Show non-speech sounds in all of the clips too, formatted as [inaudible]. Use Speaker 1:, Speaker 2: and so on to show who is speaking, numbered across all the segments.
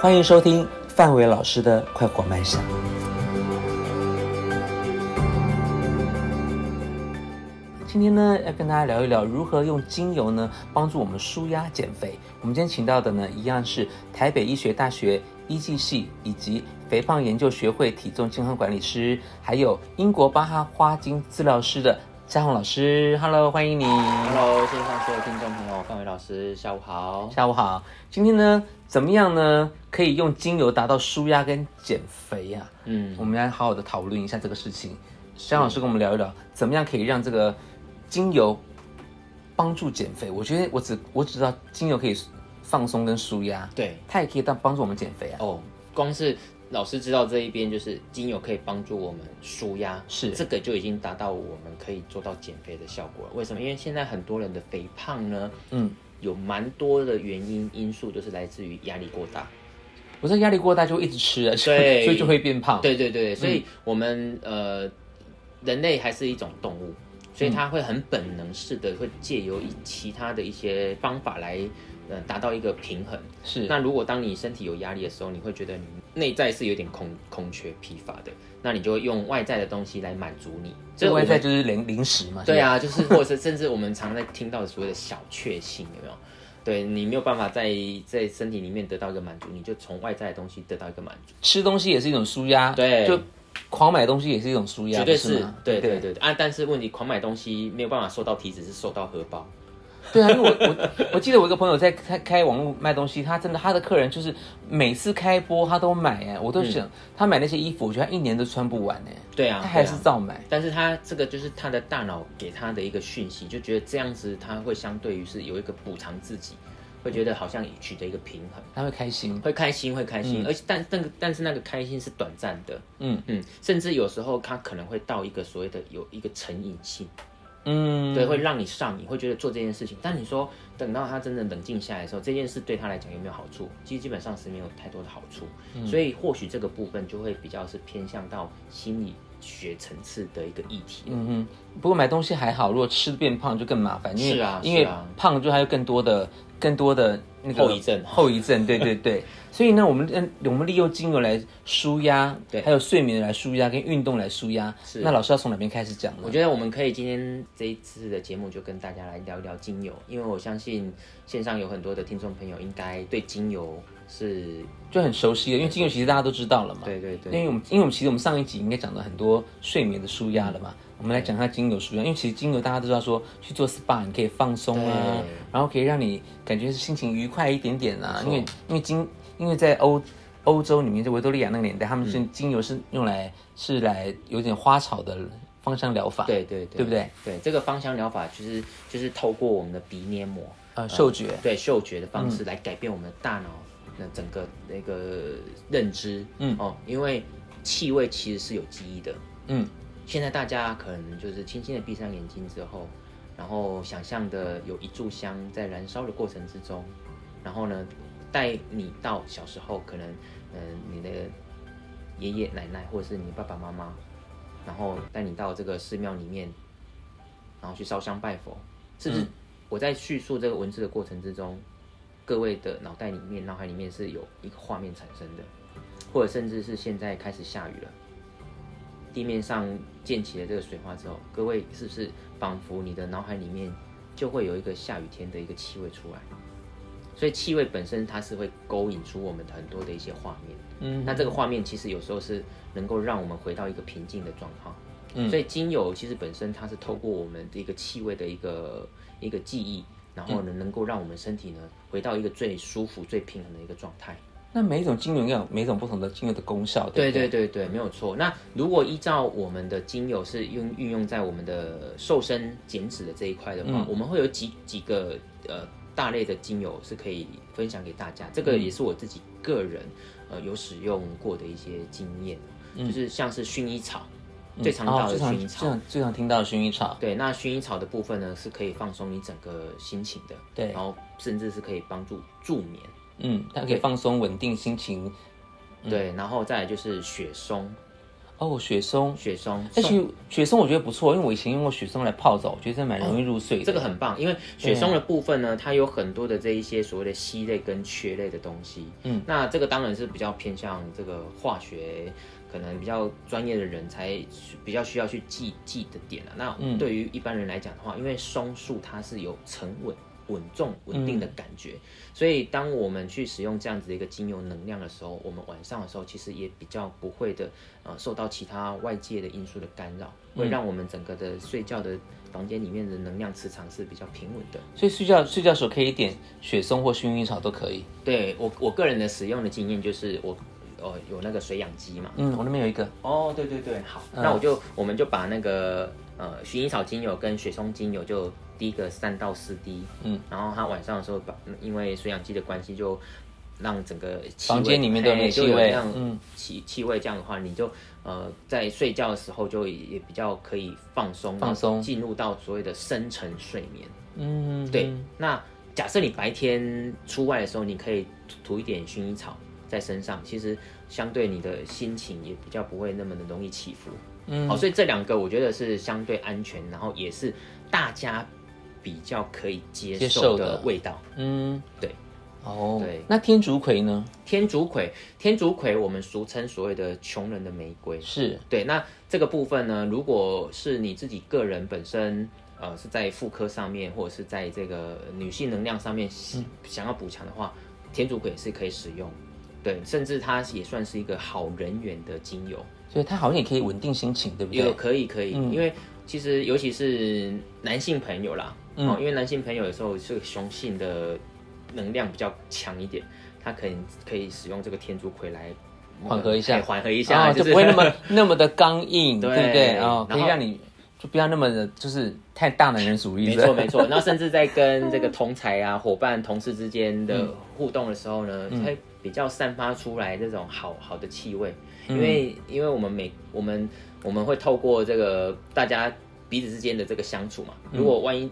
Speaker 1: 欢迎收听范伟老师的《快活慢闪》。今天呢，要跟大家聊一聊如何用精油呢帮助我们舒压减肥。我们今天请到的呢，一样是台北医学大学医技系以及肥胖研究学会体重健康管理师，还有英国巴哈花精治疗师的嘉宏老师。Hello，欢迎你。
Speaker 2: Hello，线上所有听众朋友，范伟老师，下午好。
Speaker 1: 下午好，今天呢，怎么样呢？可以用精油达到舒压跟减肥啊？
Speaker 2: 嗯
Speaker 1: 我们来好好的讨论一下这个事情。肖老师跟我们聊一聊，怎么样可以让这个精油帮助减肥？我觉得我只我只知道精油可以放松跟舒压，
Speaker 2: 对，
Speaker 1: 它也可以当帮助我们减肥啊。
Speaker 2: 哦，光是老师知道这一边就是精油可以帮助我们舒压，
Speaker 1: 是
Speaker 2: 这个就已经达到我们可以做到减肥的效果了。为什么？因为现在很多人的肥胖呢，
Speaker 1: 嗯，
Speaker 2: 有蛮多的原因因素都是来自于压力过大。
Speaker 1: 我这压力过大就一直吃啊，所以
Speaker 2: 对
Speaker 1: [laughs] 所以就会变胖。，
Speaker 2: 对对对，所以我们、呃，人类还是一种动物，所以它会很本能式的会借由一其他的一些方法来呃达到一个平衡。
Speaker 1: 是
Speaker 2: 那如果当你身体有压力的时候，你会觉得你内在是有点空空缺、疲乏的，那你就会用外在的东西来满足你。
Speaker 1: 这
Speaker 2: 我
Speaker 1: 外
Speaker 2: 们
Speaker 1: 在就是零零食嘛。
Speaker 2: 对
Speaker 1: 是吧，
Speaker 2: 啊，就是或者是甚至我们常在听到的所谓的小确幸，有没有？对你没有办法在在身体里面得到一个满足，你就从外在的东西得到一个满足，
Speaker 1: 吃东西也是一种舒压，
Speaker 2: 对
Speaker 1: 就狂买东西也是一种舒压，
Speaker 2: 绝对
Speaker 1: 不
Speaker 2: 是
Speaker 1: 吗，
Speaker 2: 对对对对啊！但是问题，狂买东西没有办法瘦到体脂，是瘦到荷包。
Speaker 1: 对啊，因为我我我记得我一个朋友在开开网络卖东西，他真的他的客人就是每次开播他都买哎，我都想、他买那些衣服，我觉得他一年都穿不完哎，
Speaker 2: 对嗯啊，
Speaker 1: 他还
Speaker 2: 对啊
Speaker 1: 是照买。
Speaker 2: 但是他这个就是他的大脑给他的一个讯息，就觉得这样子他会相对于是有一个补偿自己，会觉得好像取得一个平衡，
Speaker 1: 他会开心，
Speaker 2: 会开心，会开心，而且但但个但是那个开心是短暂的，
Speaker 1: 嗯
Speaker 2: 嗯，甚至有时候他可能会到一个所谓的有一个成瘾性，
Speaker 1: 嗯，
Speaker 2: 对，会让你上瘾，会觉得做这件事情。但你说等到他真的冷静下来的时候，这件事对他来讲有没有好处？其实基本上是没有太多的好处，
Speaker 1: 嗯
Speaker 2: 所以或许这个部分就会比较是偏向到心理学层次的一个议题了。
Speaker 1: 嗯哼。不过买东西还好，如果吃变胖就更麻烦，因为
Speaker 2: 是啊
Speaker 1: 因为
Speaker 2: 是啊
Speaker 1: 胖就还有更多的更多的那个
Speaker 2: 后遗症
Speaker 1: 后遗症，对对
Speaker 2: [laughs]
Speaker 1: 对。所以呢，我们嗯，我们利用精油来舒压，
Speaker 2: 对
Speaker 1: 还有睡眠来舒压，跟运动来舒压。
Speaker 2: 是
Speaker 1: 那老师要从哪边开始讲
Speaker 2: 我
Speaker 1: 呢？
Speaker 2: 觉得我们可以今天这一次的节目就跟大家来聊一聊精油，因为我相信线上有很多的听众朋友应该对精油是，
Speaker 1: 就很熟悉了，因为精油其实大家都知道了嘛。
Speaker 2: 对对
Speaker 1: 因为我们，因为我们其实我们上一集应该讲了很多睡眠的舒压了嘛，我们来讲一下精油舒压。因为其实精油大家都知道说去做 SPA 你可以放松啊
Speaker 2: 对，
Speaker 1: 然后可以让你感觉是心情愉快一点点啊。因
Speaker 2: 没
Speaker 1: 为
Speaker 2: 错
Speaker 1: 因为精因为在欧欧洲里面，就维多利亚那个年代，他
Speaker 2: 嗯
Speaker 1: 们是精油是用来是来有点花草的芳香疗法，
Speaker 2: 对对对，
Speaker 1: 对不对？
Speaker 2: 对，这个芳香疗法就是就是透过我们的鼻黏膜，
Speaker 1: 呃，嗅觉。嗯
Speaker 2: 对嗅觉的方式来改变我们的大脑的整个那个认知，
Speaker 1: 嗯
Speaker 2: 哦，因为气味其实是有记忆的，
Speaker 1: 嗯，
Speaker 2: 现在大家可能就是轻轻的闭上眼睛之后，然后想象的有一炷香在燃烧的过程之中，然后呢，带你到小时候，可能嗯、你的爷爷奶奶或者是你爸爸妈妈，然后带你到这个寺庙里面，然后去烧香拜佛，是不是？我在叙述这个文字的过程之中，各位的脑袋里面、脑海里面是有一个画面产生的，或者甚至是现在开始下雨了。地面上溅起了这个水花之后，各位是不是仿佛你的脑海里面就会有一个下雨天的一个气味出来？所以气味本身它是会勾引出我们很多的一些画面。
Speaker 1: 嗯，
Speaker 2: 那这个画面其实有时候是能够让我们回到一个平静的状况。
Speaker 1: 嗯
Speaker 2: 所以精油其实本身它是透过我们的一个气味的一个一个记忆，然后呢
Speaker 1: 嗯
Speaker 2: 能够让我们身体呢回到一个最舒服、最平衡的一个状态。
Speaker 1: 那每一种精油应该有每一种不同的精油的功效，
Speaker 2: 对
Speaker 1: 不对
Speaker 2: 对对对，没有错。那如果依照我们的精油是用运用在我们的瘦身减脂的这一块的话，
Speaker 1: 嗯
Speaker 2: 我们会有几几个呃大类的精油是可以分享给大家。这
Speaker 1: 嗯
Speaker 2: 个也是我自己个人呃有使用过的一些经验，就是像是薰衣草、最常
Speaker 1: 嗯哦
Speaker 2: 到
Speaker 1: 最
Speaker 2: 的薰
Speaker 1: 常
Speaker 2: 衣
Speaker 1: 最
Speaker 2: 草。
Speaker 1: 常最常听到的薰衣草，
Speaker 2: 对，那薰衣草的部分呢，是可以放松你整个心情的，
Speaker 1: 对
Speaker 2: 然后甚至是可以帮助助眠，
Speaker 1: 嗯，它可以放松、稳定心情，
Speaker 2: 对，然后再来就是雪松，
Speaker 1: 哦，雪松，
Speaker 2: 雪松，
Speaker 1: 哎，雪雪松我觉得不错，因为我以前用过雪松来泡澡，我觉得蛮容易入睡的。
Speaker 2: 哦这个很棒，因为雪松的部分呢，它有很多的这一些所谓的烯类跟炔类的东西。
Speaker 1: 嗯，
Speaker 2: 那这个当然是比较偏向这个化学，可能比较专业的人才比较需要去记记的点啊。那对于一般人来讲的话，因为松树它是有沉稳。稳重、稳定的感觉，所以当我们去使用这样子的一个精油能量的时候，我们晚上的时候其实也比较不会的，呃，受到其他外界的因素的干扰，会让我们整个的睡觉的房间里面的能量磁场是比较平稳的。
Speaker 1: 所以睡觉睡觉时候可以点雪松或薰衣草都可以。
Speaker 2: 对我我个人的使用的经验就是我，哦有那个水养机嘛，
Speaker 1: 嗯，我那边有一个，
Speaker 2: 哦，对对
Speaker 1: 嗯
Speaker 2: 对，好，那我就我们就把那个呃薰衣草精油跟雪松精油就滴个三到四滴，
Speaker 1: 嗯，
Speaker 2: 然后它晚上的时候把因为水氧机的关系就。让整个气
Speaker 1: 房
Speaker 2: 味
Speaker 1: 间里面都有
Speaker 2: 嘿
Speaker 1: 气
Speaker 2: 就有
Speaker 1: 味
Speaker 2: 这样
Speaker 1: 嗯
Speaker 2: 气气味这样的话，你就呃在睡觉的时候就也比较可以放松，
Speaker 1: 放松
Speaker 2: 进入到所谓的深层睡眠。
Speaker 1: 嗯，
Speaker 2: 对，那假设你白天出外的时候，你可以涂一点薰衣草在身上，其实相对你的心情也比较不会那么的容易起伏。
Speaker 1: 嗯
Speaker 2: 好、所以这两个我觉得是相对安全，然后也是大家比较可以接
Speaker 1: 接
Speaker 2: 受
Speaker 1: 受
Speaker 2: 的
Speaker 1: 的
Speaker 2: 味道。
Speaker 1: 嗯，
Speaker 2: 对。
Speaker 1: 哦，
Speaker 2: 对
Speaker 1: 那天竺葵呢？
Speaker 2: 天竺葵，天竺葵我们俗称所谓的穷人的玫瑰，
Speaker 1: 是，
Speaker 2: 对，那这个部分呢，如果是你自己个人本身，呃，是在妇科上面，或者是在这个女性能量上面
Speaker 1: 嗯
Speaker 2: 想要补强的话，天竺葵是可以使用。对，甚至它也算是一个好人缘的精油，
Speaker 1: 所以它好像也可以稳定心情，对不嗯
Speaker 2: 有
Speaker 1: 对？
Speaker 2: 可以可以，因为其实尤其是男性朋友啦，
Speaker 1: 嗯
Speaker 2: 哦，因为男性朋友有时候是雄性的能量比较强一点，他可能可以使用这个天竺葵来
Speaker 1: 缓和一下
Speaker 2: 哎缓和一下，
Speaker 1: 啊，
Speaker 2: 就
Speaker 1: 就是不会那么那么的刚硬，
Speaker 2: 对
Speaker 1: 对不对？啊，可以
Speaker 2: 然后
Speaker 1: 让你就不要那么的，就是太大男人主义。
Speaker 2: 没错没错，那甚至在跟这个同才啊、伙伴、同事之间
Speaker 1: 嗯
Speaker 2: 的互动的时候呢，它会比较散发出来这种好好的气味，
Speaker 1: 嗯
Speaker 2: 因为因为我们每我们我们会透过这个大家彼此之间的这个相处嘛，
Speaker 1: 嗯
Speaker 2: 如果万一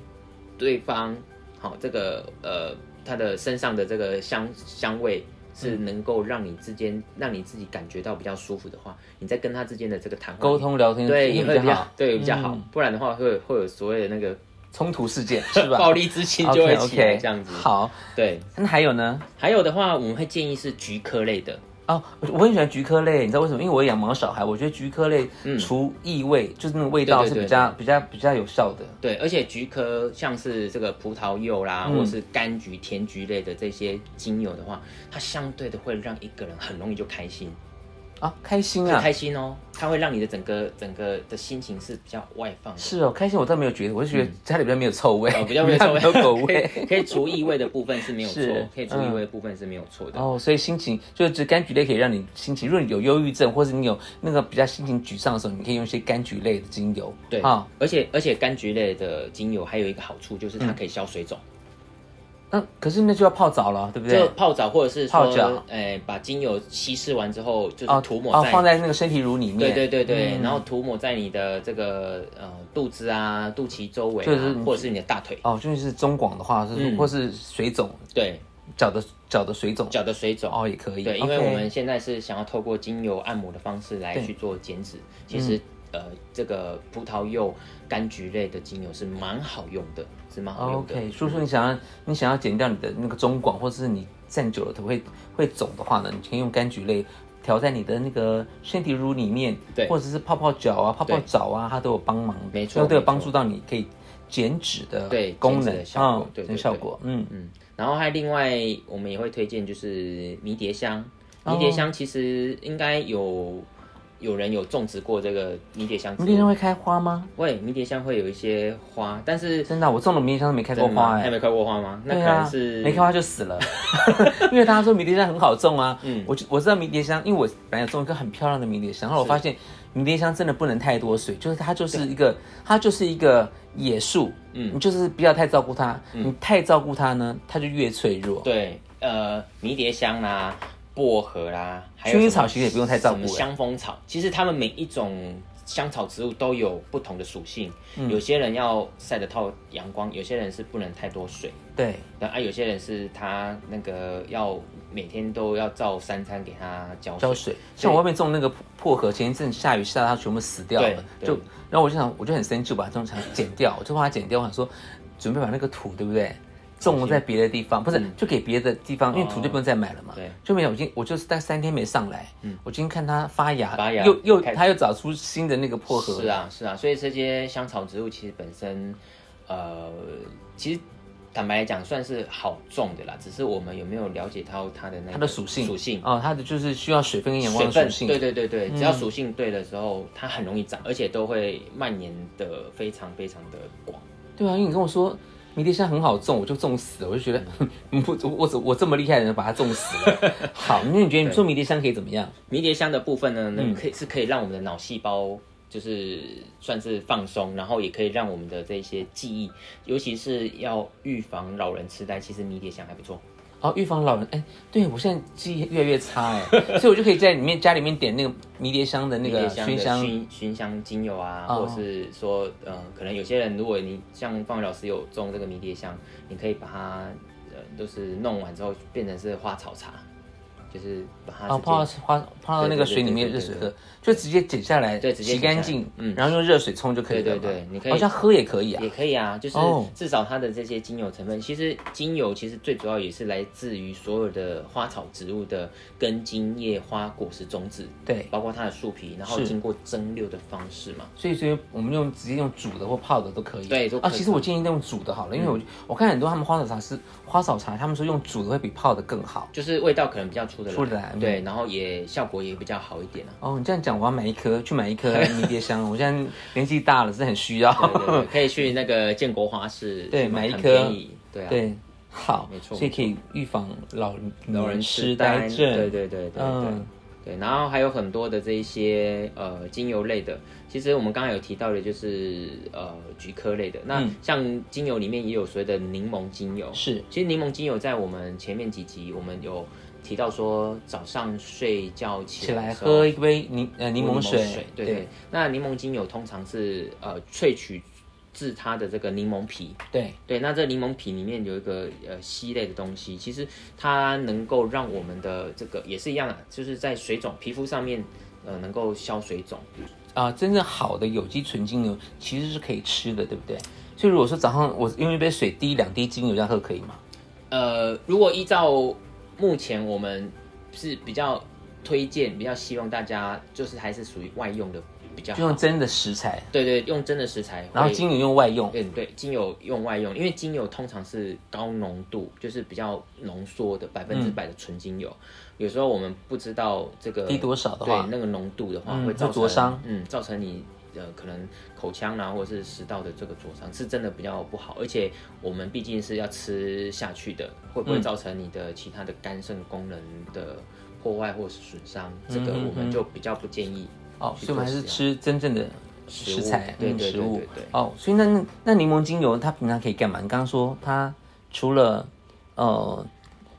Speaker 2: 对方好这个呃他的身上的这个香香味。是能够让你之间，让你自己感觉到比较舒服的话，你在跟他之间的这个谈话
Speaker 1: [laughs] 沟，通聊天
Speaker 2: 对也
Speaker 1: 也
Speaker 2: 会
Speaker 1: 比
Speaker 2: 比
Speaker 1: 较
Speaker 2: 较
Speaker 1: 好，嗯
Speaker 2: 对比较好，不然的话会会有所谓的那个
Speaker 1: 冲突事件是
Speaker 2: [laughs]
Speaker 1: 吧？
Speaker 2: 暴力之心就会起来，
Speaker 1: OK，OK，
Speaker 2: 这样子。
Speaker 1: 好，
Speaker 2: 对，
Speaker 1: 那还有呢？
Speaker 2: 还有的话，我们会建议是菊科类的，
Speaker 1: 哦，我我很喜欢菊科类，你知道为什么？因为我养毛小孩，我觉得菊科类除异味，就是那种味道
Speaker 2: 嗯对对
Speaker 1: 是
Speaker 2: 对
Speaker 1: 比较比较比较有效的。
Speaker 2: 对，而且菊科像是这个葡萄柚啦，
Speaker 1: 嗯
Speaker 2: 或者是柑橘、甜菊类的这些精油的话，它相对的会让一个人很容易就开心，
Speaker 1: 啊，开心
Speaker 2: 很
Speaker 1: 啊！
Speaker 2: 开心哦，它会让你的整个整个的心情是比较外
Speaker 1: [laughs]
Speaker 2: 放的。
Speaker 1: 是哦，开心我倒没有觉得，我就觉得家里比较没有臭味，
Speaker 2: 嗯哦，比较没有所谓
Speaker 1: [laughs] 比较没有狗味。
Speaker 2: [laughs] 可以可以除异味的部分是没有错
Speaker 1: 是，嗯
Speaker 2: 可以除异味的部分是没有错的。
Speaker 1: 哦，所以心情就是指柑橘类可以让你心情，如果你有忧郁症，或是你有那个比较心情沮丧的时候，你可以用一些柑橘类的精油。
Speaker 2: 对，
Speaker 1: 啊，
Speaker 2: 而且而且柑橘类的精油还有一个好处就是它
Speaker 1: 嗯
Speaker 2: 可以消水肿。
Speaker 1: 那嗯可是那就要泡澡了，对不
Speaker 2: 就
Speaker 1: 对？
Speaker 2: 泡澡，或者是
Speaker 1: 泡
Speaker 2: 说
Speaker 1: 脚，
Speaker 2: 哎，把精油稀释完之后，就是
Speaker 1: 哦，
Speaker 2: 涂抹
Speaker 1: 哦
Speaker 2: 在，
Speaker 1: 放在那个身体乳里面。嗯
Speaker 2: 对对对对，然后涂抹在你的这个呃肚子啊、肚脐周围
Speaker 1: 就是
Speaker 2: 啊
Speaker 1: 你，
Speaker 2: 或者是你的大腿，
Speaker 1: 哦，就是中广的话是、
Speaker 2: 嗯
Speaker 1: 或是水肿，
Speaker 2: 对，
Speaker 1: 脚的脚的水肿。
Speaker 2: 脚的水肿。
Speaker 1: 哦，也可以。
Speaker 2: 对，因为
Speaker 1: OK
Speaker 2: 我们现在是想要透过精油按摩的方式来去做减脂，
Speaker 1: 嗯
Speaker 2: 其实。呃，这个葡萄柚、柑橘类的精油是蛮好用的，是蛮好用的。
Speaker 1: OK，叔叔，你想要你想要减掉你的那个中广，或者是你站久了头会会肿的话呢，你可以用柑橘类调在你的那个身体乳里面，
Speaker 2: 对
Speaker 1: 或者是泡泡脚啊、泡泡
Speaker 2: 对
Speaker 1: 澡啊，它都有帮忙，
Speaker 2: 没错
Speaker 1: 都有
Speaker 2: 没
Speaker 1: 帮
Speaker 2: 错
Speaker 1: 助到你可以减脂的
Speaker 2: 对
Speaker 1: 功
Speaker 2: 减脂
Speaker 1: 能
Speaker 2: 的效果
Speaker 1: 嗯
Speaker 2: 对对
Speaker 1: 那个效果，嗯，
Speaker 2: 嗯，然后还有另外我们也会推荐就是迷迭香，迷
Speaker 1: 哦
Speaker 2: 迭香其实应该有有人有种植过这个迷迭香植
Speaker 1: 迷迭香
Speaker 2: 物。
Speaker 1: 会开花吗？
Speaker 2: 喂，迷迭香会有一些花，但是
Speaker 1: 真的啊、我种的迷迭香都没开过
Speaker 2: 真的吗
Speaker 1: 花哎、
Speaker 2: 还没开过花吗？那可
Speaker 1: 对
Speaker 2: 能
Speaker 1: 啊，
Speaker 2: 是
Speaker 1: 没开花就死了， [laughs] 因为大家说迷迭香很好种啊。
Speaker 2: 嗯
Speaker 1: 嗯，我就我知道迷迭香，因为我本来有种一个很漂亮的迷迭香，然后我发现迷迭香真的不能太多水，就是它就是一个它就是一个野树，嗯，你就是不要太照顾它，你太照顾它呢，它就越脆弱。
Speaker 2: 对，呃，迷迭香啦、薄荷啦，还
Speaker 1: 薰
Speaker 2: 有
Speaker 1: 衣
Speaker 2: 什么
Speaker 1: 草其实也不用太照
Speaker 2: 什么
Speaker 1: 顾了，
Speaker 2: 香蜂草，其实它们每一种香草植物都有不同的属性，
Speaker 1: 嗯
Speaker 2: 有些人要晒得透阳光，有些人是不能太多水。
Speaker 1: 对，
Speaker 2: 那啊，有些人是他那个要每天都要照三餐给它浇
Speaker 1: 浇
Speaker 2: 水。
Speaker 1: 水。像我外面种那个薄荷，前一阵下雨下到它全部死掉了，
Speaker 2: 对对
Speaker 1: 就然后我就想，我就很生气，我把这种想剪掉，我就把它剪掉，我想说准备把那个土，对不对？种在别的地方，不是、就给别的地方，因为土就不用再买了嘛。
Speaker 2: 嗯哦对嗯
Speaker 1: 就没有，我已经我就是待三天没上来。我今天看它发芽，
Speaker 2: 发芽
Speaker 1: 又又
Speaker 2: 开始
Speaker 1: 它又长出新的那个薄荷。
Speaker 2: 是啊，是啊，所以这些香草植物其实本身，呃，其实坦白来讲算是好种的啦，只是我们有没有了解到它的那个
Speaker 1: 它的属性，
Speaker 2: 属性
Speaker 1: 哦，它的就是需要水分跟阳光
Speaker 2: 水
Speaker 1: 的
Speaker 2: 分
Speaker 1: 属性，嗯
Speaker 2: 对对对对，只要属性对的时候，它很容易长，而且都会蔓延的非常非常的广。
Speaker 1: 对啊，因为你跟我说迷迭香很好种，我就种死了，我就觉得
Speaker 2: 嗯
Speaker 1: [laughs] 我我我我这么厉害的人把它种死
Speaker 2: [laughs]
Speaker 1: 了。好，那你觉得你做迷迭香可以怎么样？
Speaker 2: 迷迭香的部分呢，
Speaker 1: 嗯
Speaker 2: 那可以是可以让我们的脑细胞就是算是放松，然后也可以让我们的这些记忆，尤其是要预防老人痴呆，其实迷迭香还不错。
Speaker 1: 哦，预防老人，哎，对我现在记忆越来越差
Speaker 2: [laughs]
Speaker 1: 哎，所以我就可以在里面家里面点那个迷迭香的那
Speaker 2: 迷迭
Speaker 1: 个
Speaker 2: 香
Speaker 1: 熏
Speaker 2: 的
Speaker 1: 香，
Speaker 2: 熏熏香精油啊，
Speaker 1: 哦
Speaker 2: 或者是说，呃，可能有些人如果你像范伟老师有种这个迷迭香，你可以把它，呃，就是弄完之后变成是花草茶，就是把它
Speaker 1: 哦，
Speaker 2: 啊直接、
Speaker 1: 泡到花泡到那个水里面热
Speaker 2: 对对对
Speaker 1: 水
Speaker 2: 对
Speaker 1: 喝，就直接剪下来，
Speaker 2: 对直接
Speaker 1: 洗
Speaker 2: 剪下来
Speaker 1: 干净，
Speaker 2: 嗯
Speaker 1: 然后用热水冲就可以了嘛。
Speaker 2: 对对对你可以
Speaker 1: 好像喝也可以啊。
Speaker 2: 也可以啊，就是
Speaker 1: 哦
Speaker 2: 至少它的这些精油成分，其实精油其实最主要也是来自于所有的花草植物的根、茎、叶、花、果实、种子，
Speaker 1: 对，
Speaker 2: 包括它的树皮，然后
Speaker 1: 是
Speaker 2: 经过蒸馏的方式嘛。
Speaker 1: 所以所以我们用直接用煮的或泡的都可以。
Speaker 2: 对都可
Speaker 1: 啊，
Speaker 2: 以嗯
Speaker 1: 其实我建议用煮的好了，因为我、我看很多他们花草茶是花草茶，他们说用煮的会比泡的更好。
Speaker 2: 就是味道可能比较出得来，
Speaker 1: 出得来嗯
Speaker 2: 对，然后也效果也比较好一
Speaker 1: [laughs]
Speaker 2: 点啊。
Speaker 1: 哦，你这样讲，我要买一颗，去买一颗迷迭香。我现在年纪大了，是很需要。
Speaker 2: 对对对，可以去那个建国花市，
Speaker 1: 对
Speaker 2: 去
Speaker 1: 买一
Speaker 2: 很
Speaker 1: 颗
Speaker 2: 便宜对啊，
Speaker 1: 对好，
Speaker 2: 没错
Speaker 1: 所以可以预防老
Speaker 2: 老人
Speaker 1: 痴
Speaker 2: 嗯痴
Speaker 1: 呆
Speaker 2: 呆
Speaker 1: 症。
Speaker 2: 对对对对对、
Speaker 1: 嗯
Speaker 2: 对，然后还有很多的这一些呃精油类的，其实我们刚才有提到的，就是呃菊科类的。那像精油里面也有所谓的柠檬精油，
Speaker 1: 嗯是
Speaker 2: 其实柠檬精油在我们前面几集我们有提到说，早上睡觉
Speaker 1: 起
Speaker 2: 前
Speaker 1: 来
Speaker 2: 的时候
Speaker 1: 喝一杯柠呃柠檬水，
Speaker 2: 对对。那柠檬精油通常是呃萃取自它的这个柠檬皮，
Speaker 1: 对
Speaker 2: 对，那这柠檬皮里面有一个呃烯类的东西，其实它能够让我们的这个也是一样啊，就是在水肿皮肤上面，呃，能够消水肿。
Speaker 1: 啊、真正好的有机纯精油其实是可以吃的，对不对？所以如果说早上我用一杯水滴两滴精油这样喝可以吗？
Speaker 2: 呃，如果依照目前我们是比较推荐，比较希望大家就是还是属于外用的比较
Speaker 1: 就
Speaker 2: 好。
Speaker 1: 用真的食材，
Speaker 2: 对对，用真的食材会，
Speaker 1: 然后精油用外用。
Speaker 2: 嗯，对，精油用外用，因为精油通常是高浓度，就是比较浓缩的百分
Speaker 1: 嗯
Speaker 2: 之百的纯精油。有时候我们不知道这个
Speaker 1: 滴多少的话
Speaker 2: 对那个浓度的话、
Speaker 1: 嗯
Speaker 2: 会造
Speaker 1: 会
Speaker 2: 成
Speaker 1: 灼伤，
Speaker 2: 嗯，造成你呃可能口腔啊或者是食道的这个灼伤，是真的比较不好。而且我们毕竟是要吃下去的，会
Speaker 1: 嗯
Speaker 2: 不会造成你的其他的肝肾功能的破坏或是损伤？这
Speaker 1: 嗯
Speaker 2: 个我们就比较不建议。
Speaker 1: 哦，
Speaker 2: 去
Speaker 1: 所以我们还
Speaker 2: 做
Speaker 1: 是
Speaker 2: 食
Speaker 1: 吃真正的
Speaker 2: 物
Speaker 1: 食材，
Speaker 2: 对
Speaker 1: 嗯
Speaker 2: 对
Speaker 1: 食
Speaker 2: 对
Speaker 1: 物
Speaker 2: 对对。
Speaker 1: 哦，所以那那那柠檬精油它平常可以干嘛？你刚刚说它除了呃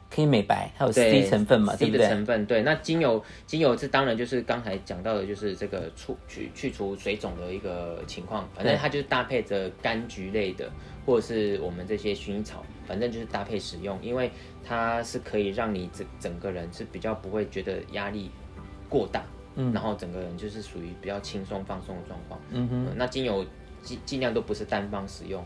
Speaker 1: 可以美白，还有 C 成分嘛，对
Speaker 2: ，C
Speaker 1: 不
Speaker 2: 的
Speaker 1: 对？
Speaker 2: 成分对。那精油，精油这当然就是刚才讲到的，就是这个除去去除水肿的一个情况。反正
Speaker 1: 对
Speaker 2: 它就是搭配着柑橘类的，或者是我们这些薰衣草，反正就是搭配使用，因为它是可以让你整整个人是比较不会觉得压力过大，嗯，然后整个人就是属于比较轻松放松的状况。嗯哼、那精油尽尽量都不是单方使用，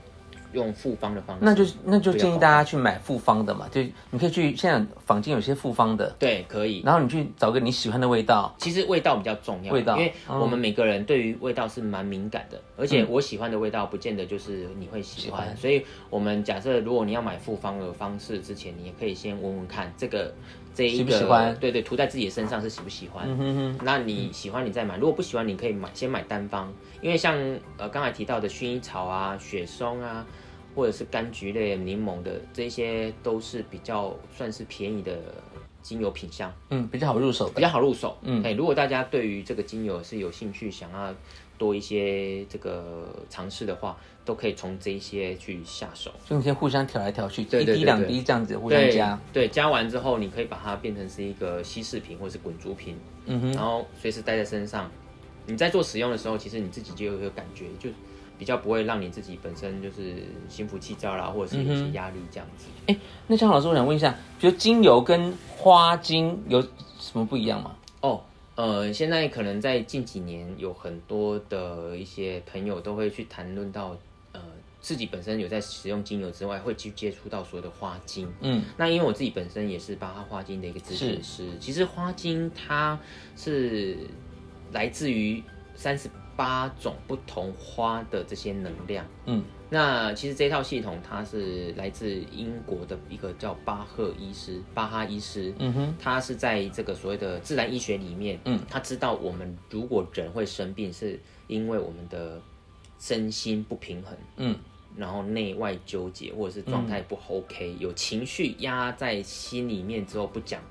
Speaker 2: 用复方的方式。
Speaker 1: 那就那就
Speaker 2: 不要
Speaker 1: 建议
Speaker 2: 搞
Speaker 1: 大家去买复方的嘛，就你可以去现在坊间有些复方的，
Speaker 2: 对，可以。
Speaker 1: 然后你去找个你喜欢的味道，
Speaker 2: 其实味道比较重要，
Speaker 1: 味道嗯
Speaker 2: 因为我们每个人对于味道是蛮敏感的，而且我喜欢的味道不见得就是你会喜欢，
Speaker 1: 喜欢
Speaker 2: 所以我们假设如果你要买复方的方式之前，你也可以先闻闻看这个这一
Speaker 1: 喜
Speaker 2: 个
Speaker 1: 不喜欢嗯
Speaker 2: 对对，涂在自己的身上是喜不喜欢，那你喜欢你再买，如果不喜欢你可以买先买单方，因为像呃刚才提到的薰衣草啊、雪松啊。或者是柑橘类、柠檬的这些都是比较算是便宜的精油品相，
Speaker 1: 嗯，比较好入手
Speaker 2: 比
Speaker 1: 的。
Speaker 2: 较好入手。嗯，哎、如果大家对于这个精油是有兴趣，想要多一些这个尝试的话，都可以从这一些去下手。
Speaker 1: 所以你先互相调来调去，
Speaker 2: 对
Speaker 1: 一
Speaker 2: 对
Speaker 1: 滴
Speaker 2: 对
Speaker 1: 两
Speaker 2: 对
Speaker 1: 滴这样子互相
Speaker 2: 对
Speaker 1: 加。
Speaker 2: 对，加完之后，你可以把它变成是一个稀释瓶或是滚珠瓶，嗯哼，然后随时带在身上。你在做使用的时候，其实你自己就有一个感觉，就比较不会让你自己本身就是心浮气躁啦，或者是
Speaker 1: 嗯
Speaker 2: 有一些压力这样子。
Speaker 1: 那张老师，我想问一下，觉得精油跟花精有什么不一样吗？
Speaker 2: 哦，呃，现在可能在近几年，有很多的一些朋友都会去谈论到，呃，自己本身有在使用精油之外，会去接触到所谓的花精。
Speaker 1: 嗯，
Speaker 2: 那因为我自己本身也是巴哈花精的一个咨询师，其实花精它是来自于三十八种不同花的这些能量。
Speaker 1: 嗯，
Speaker 2: 那其实这套系统它是来自英国的一个叫巴赫医师，巴哈医师。
Speaker 1: 嗯哼，
Speaker 2: 他是在这个所谓的自然医学里面，
Speaker 1: 嗯，
Speaker 2: 他知道我们如果人会生病，是因为我们的身心不平衡，
Speaker 1: 嗯，
Speaker 2: 然后内外纠结，或者是状态不 OK，、有情绪压在心里面之后不讲，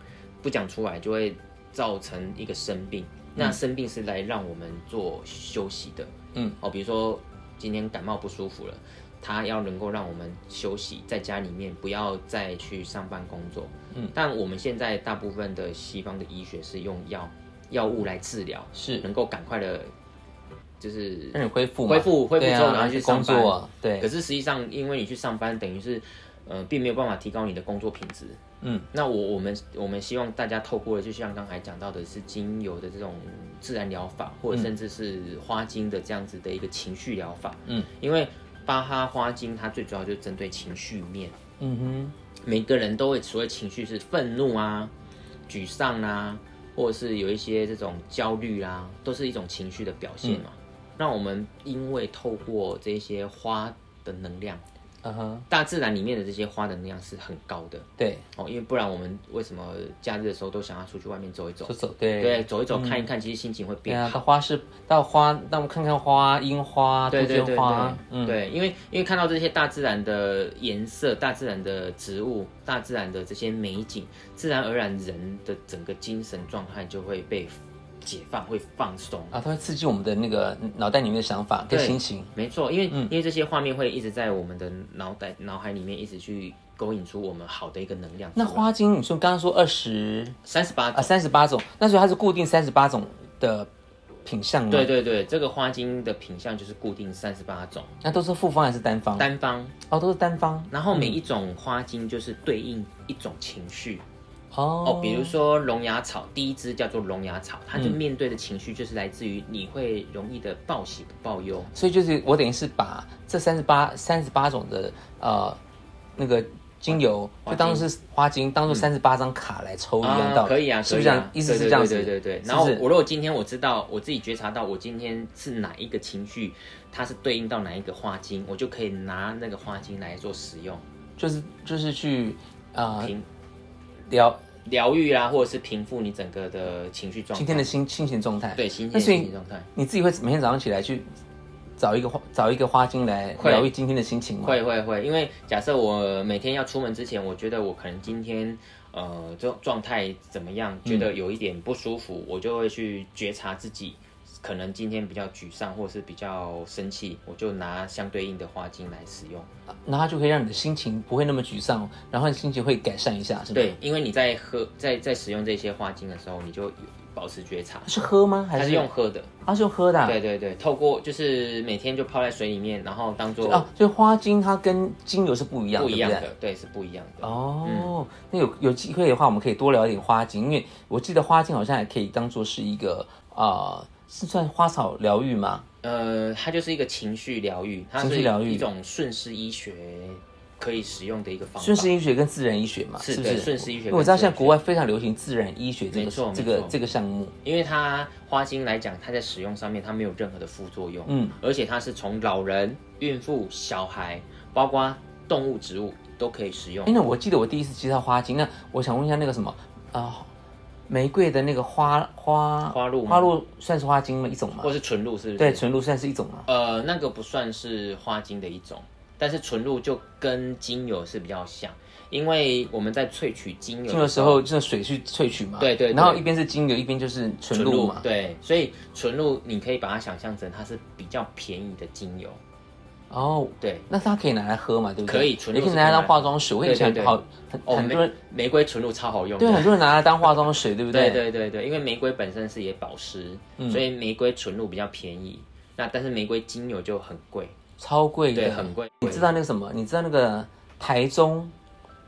Speaker 2: 不讲出来，就会造成一个生病。那生病是来让我们做休息的，
Speaker 1: 嗯，
Speaker 2: 哦，比如说今天感冒不舒服了。它要能够让我们休息，在家里面不要再去上班工作，
Speaker 1: 嗯
Speaker 2: 但我们现在大部分的西方的医学是用药药物来治疗，
Speaker 1: 是
Speaker 2: 能够赶快的，就是
Speaker 1: 让你恢复嘛
Speaker 2: 恢复恢复
Speaker 1: 对啊
Speaker 2: 之后，然后去上
Speaker 1: 工
Speaker 2: 班。
Speaker 1: 作啊，对，
Speaker 2: 可是实际上，因为你去上班，等于是呃，并没有办法提高你的工作品质。
Speaker 1: 嗯，
Speaker 2: 那我我们我们希望大家透过，就像刚才讲到的是精油的这种自然疗法，或者甚至是花精的这样子的一个情绪疗法。
Speaker 1: 嗯，
Speaker 2: 因为巴哈花精它最主要就是针对情绪面。
Speaker 1: 嗯哼，
Speaker 2: 每个人都会所谓情绪是愤怒啊、沮丧啊，或者是有一些这种焦虑啊，都是一种情绪的表现嘛。那我们因为透过这些花的能量，
Speaker 1: 嗯哼，
Speaker 2: 大自然里面的这些花的能量是很高的
Speaker 1: 对，
Speaker 2: 哦，因为不然我们为什么假日的时候都想要出去外面走一走
Speaker 1: 走？走，对，
Speaker 2: 对，走一走看一看，其实心情会
Speaker 1: 嗯对
Speaker 2: 变
Speaker 1: 啊，
Speaker 2: 好。
Speaker 1: 到花市到花，让我们看看花，樱花、杜
Speaker 2: 对对
Speaker 1: 鹃
Speaker 2: 对
Speaker 1: 花，
Speaker 2: 对，
Speaker 1: 嗯，
Speaker 2: 对，因为因为看到这些大自然的颜色、大自然的植物、大自然的这些美景，自然而然人的整个精神状态就会被解放，会放松。
Speaker 1: 啊，它会刺激我们的那个脑袋里面的想法跟
Speaker 2: 对
Speaker 1: 心情，
Speaker 2: 没错，因为、
Speaker 1: 嗯
Speaker 2: 因为这些画面会一直在我们的脑袋、脑海里面一直去勾引出我们好的一个能量出
Speaker 1: 那
Speaker 2: 来。
Speaker 1: 花精，你说刚刚说二十
Speaker 2: 三十八
Speaker 1: 啊三十八种，那所以它是固定三十八种的品相吗？
Speaker 2: 对，对对，这个花精的品相就是固定三十八种，
Speaker 1: 那都是复方还是单方？
Speaker 2: 单方，
Speaker 1: 哦，都是单方。
Speaker 2: 然后每一种花精就是对应一种情绪。
Speaker 1: 哦
Speaker 2: 哦，，比如说龙牙草，第一支叫做龙牙草，它就
Speaker 1: 嗯
Speaker 2: 面对的情绪就是来自于你会容易的报喜不报忧，
Speaker 1: 所以就是我等于是把这三十八三十八种的呃那个精油，
Speaker 2: 花
Speaker 1: 就当做是花精，当做三十八张卡来抽一样道理，
Speaker 2: 可以啊，
Speaker 1: 是不是这
Speaker 2: 可以
Speaker 1: 样
Speaker 2: 啊？
Speaker 1: 意思是
Speaker 2: 对
Speaker 1: 这样子，
Speaker 2: 对对对对。
Speaker 1: 是
Speaker 2: 然
Speaker 1: 不
Speaker 2: 后
Speaker 1: 是
Speaker 2: 我如果今天我知道我自己觉察到我今天是哪一个情绪，它是对应到哪一个花精，我就可以拿那个花精来做使用，
Speaker 1: 就是就是去啊、呃
Speaker 2: 平
Speaker 1: 聊
Speaker 2: 疗愈啊，或者是平复你整个的情绪状
Speaker 1: 今
Speaker 2: 态
Speaker 1: 天。的心心情状态。
Speaker 2: 对，心
Speaker 1: 那
Speaker 2: 情
Speaker 1: 所
Speaker 2: 心情
Speaker 1: 以
Speaker 2: 状态。
Speaker 1: 你自己会每天早上起来去找一个花找一个花精来
Speaker 2: 会
Speaker 1: 疗愈今天的心情吗？
Speaker 2: 会会会，因为假设我每天要出门之前，我觉得我可能今天呃这状态怎么样，觉
Speaker 1: 嗯
Speaker 2: 得有一点不舒服，我就会去觉察自己，可能今天比较沮丧或是比较生气，我就拿相对应的花精来使用。
Speaker 1: 然后它就可以让你的心情不会那么沮丧，然后你心情会改善一下，是吗？，
Speaker 2: 对，因为你在喝在在使用这些花精的时候，你就保持觉察。
Speaker 1: 是喝吗？还
Speaker 2: 它
Speaker 1: 是
Speaker 2: 是用喝的，
Speaker 1: 它是用喝的啊、
Speaker 2: 对对对，透过就是每天就泡在水里面，然后当做
Speaker 1: 哦，所以花精它跟精油是不一样，
Speaker 2: 不一样
Speaker 1: 对不对？
Speaker 2: 的，对，是不一样的。嗯
Speaker 1: 哦，那有有机会的话，我们可以多聊一点花精，因为我记得花精好像也可以当做是一个啊、呃是算花草疗愈吗？
Speaker 2: 呃，它就是一个情绪疗愈，它
Speaker 1: 情绪
Speaker 2: 是
Speaker 1: 疗愈
Speaker 2: 一种顺势医学可以使用的一个方法。
Speaker 1: 顺势医学跟自然医学嘛，
Speaker 2: 是
Speaker 1: 不是？
Speaker 2: 对顺势医学
Speaker 1: 因为我知道
Speaker 2: 跟自
Speaker 1: 现
Speaker 2: 然
Speaker 1: 在国外非常流行自然医学这个
Speaker 2: 没错
Speaker 1: 这
Speaker 2: 没
Speaker 1: 个
Speaker 2: 错
Speaker 1: 这个项目，
Speaker 2: 因为它花精来讲，它在使用上面它没有任何的副作用，
Speaker 1: 嗯，
Speaker 2: 而且它是从老人、孕妇、小孩，包括动物、植物都可以使用
Speaker 1: 哎，。那我记得我第一次接到花精，那我想问一下那个什么啊、玫瑰的那个花花
Speaker 2: 花露吗
Speaker 1: 花露算是花精吗？一种吗？
Speaker 2: 或是纯露是不是？
Speaker 1: 对，，纯露算是一种吗？
Speaker 2: 呃，那个不算是花精的一种，但是纯露就跟精油是比较像，因为我们在萃取精油
Speaker 1: 精油的时候就是水去萃取嘛，
Speaker 2: 对对对
Speaker 1: 然后一边是精油，一边就是纯露嘛，
Speaker 2: 对，所以纯露你可以把它想象成它是比较便宜的精油，
Speaker 1: 哦，
Speaker 2: 对。
Speaker 1: 那它可以拿来喝嘛，对不对？
Speaker 2: 可以纯
Speaker 1: 也
Speaker 2: 露
Speaker 1: 可
Speaker 2: 是
Speaker 1: 以拿来
Speaker 2: 可以拿
Speaker 1: 当
Speaker 2: 来
Speaker 1: 化妆水。我以
Speaker 2: 对
Speaker 1: 前
Speaker 2: 对对
Speaker 1: 好很
Speaker 2: 哦，
Speaker 1: 很多人
Speaker 2: 玫玫瑰纯露超好用
Speaker 1: 对很
Speaker 2: 的。
Speaker 1: 多人拿来当化妆水，对不对？
Speaker 2: 对
Speaker 1: 嗯
Speaker 2: 对对对，因为玫瑰本身是也保湿，所以玫瑰纯露比较便宜。那但是玫瑰精油就很贵，
Speaker 1: 超贵的，
Speaker 2: 对，很贵。
Speaker 1: 你知道那个什么？你知道那个台中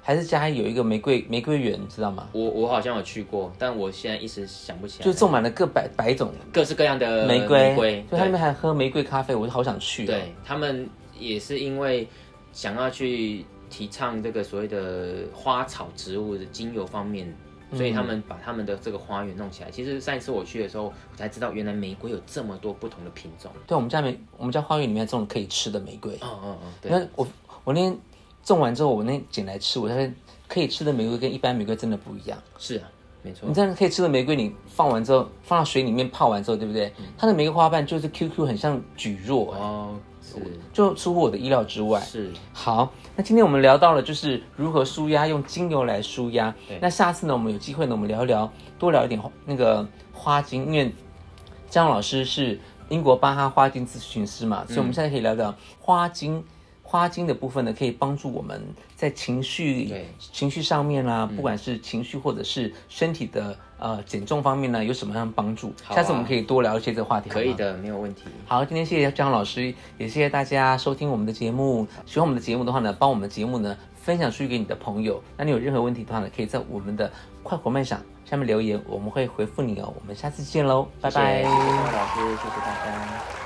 Speaker 1: 还是嘉义有一个玫瑰玫瑰园，你知道吗？
Speaker 2: 我我好像有去过，但我现在一时想不起来。
Speaker 1: 就种满了各百百种
Speaker 2: 各式各样的
Speaker 1: 玫瑰，
Speaker 2: 呃玫瑰
Speaker 1: 就他们还喝玫瑰咖啡，我就好想去、
Speaker 2: 对，对他们也是因为想要去提倡这个所谓的花草植物的精油方面。所以他们把他们的这个花园弄起来。其实上一次我去的时候，我才知道原来玫瑰有这么多不同的品种。
Speaker 1: 对，我们家玫，我们家花园里面种了可以吃的玫瑰。
Speaker 2: 嗯嗯嗯，对，
Speaker 1: 那我我那天种完之后，我那天捡来吃，我发现可以吃的玫瑰跟一般玫瑰真的不一样。
Speaker 2: 是啊，没错
Speaker 1: 你。这样可以吃的玫瑰，你放完之后，放到水里面泡完之后，对不对？它的玫瑰花瓣就是 QQ，很像蒟蒻，
Speaker 2: 哦，是
Speaker 1: 就出乎我的意料之外。
Speaker 2: 是，
Speaker 1: 好，那今天我们聊到了就是如何舒压，用精油来舒压。那下次呢，我们有机会呢，我们聊一聊，多聊一点花那个花精，因为张老师是英国巴哈花精咨询师
Speaker 2: 嗯
Speaker 1: 嘛，所以我们现在可以聊聊花精。花精的部分呢，可以帮助我们在情绪
Speaker 2: 对嗯
Speaker 1: 情绪上面啦、啊不管是情绪或者是身体的呃减重方面呢，有什么样的帮助？
Speaker 2: 好啊
Speaker 1: 下次我们可以多聊一些这个话题。
Speaker 2: 可
Speaker 1: 好吗
Speaker 2: 以的，没有问题。
Speaker 1: 好，今天谢谢张老师，也谢谢大家收听我们的节目。喜欢我们的节目的话呢，帮我们的节目呢分享出去给你的朋友。那你有任何问题的话呢，可以在我们的快活慢想下面留言，我们会回复你哦。我们下次见喽，拜
Speaker 2: 谢谢
Speaker 1: 拜。
Speaker 2: 谢谢老师，谢谢大家。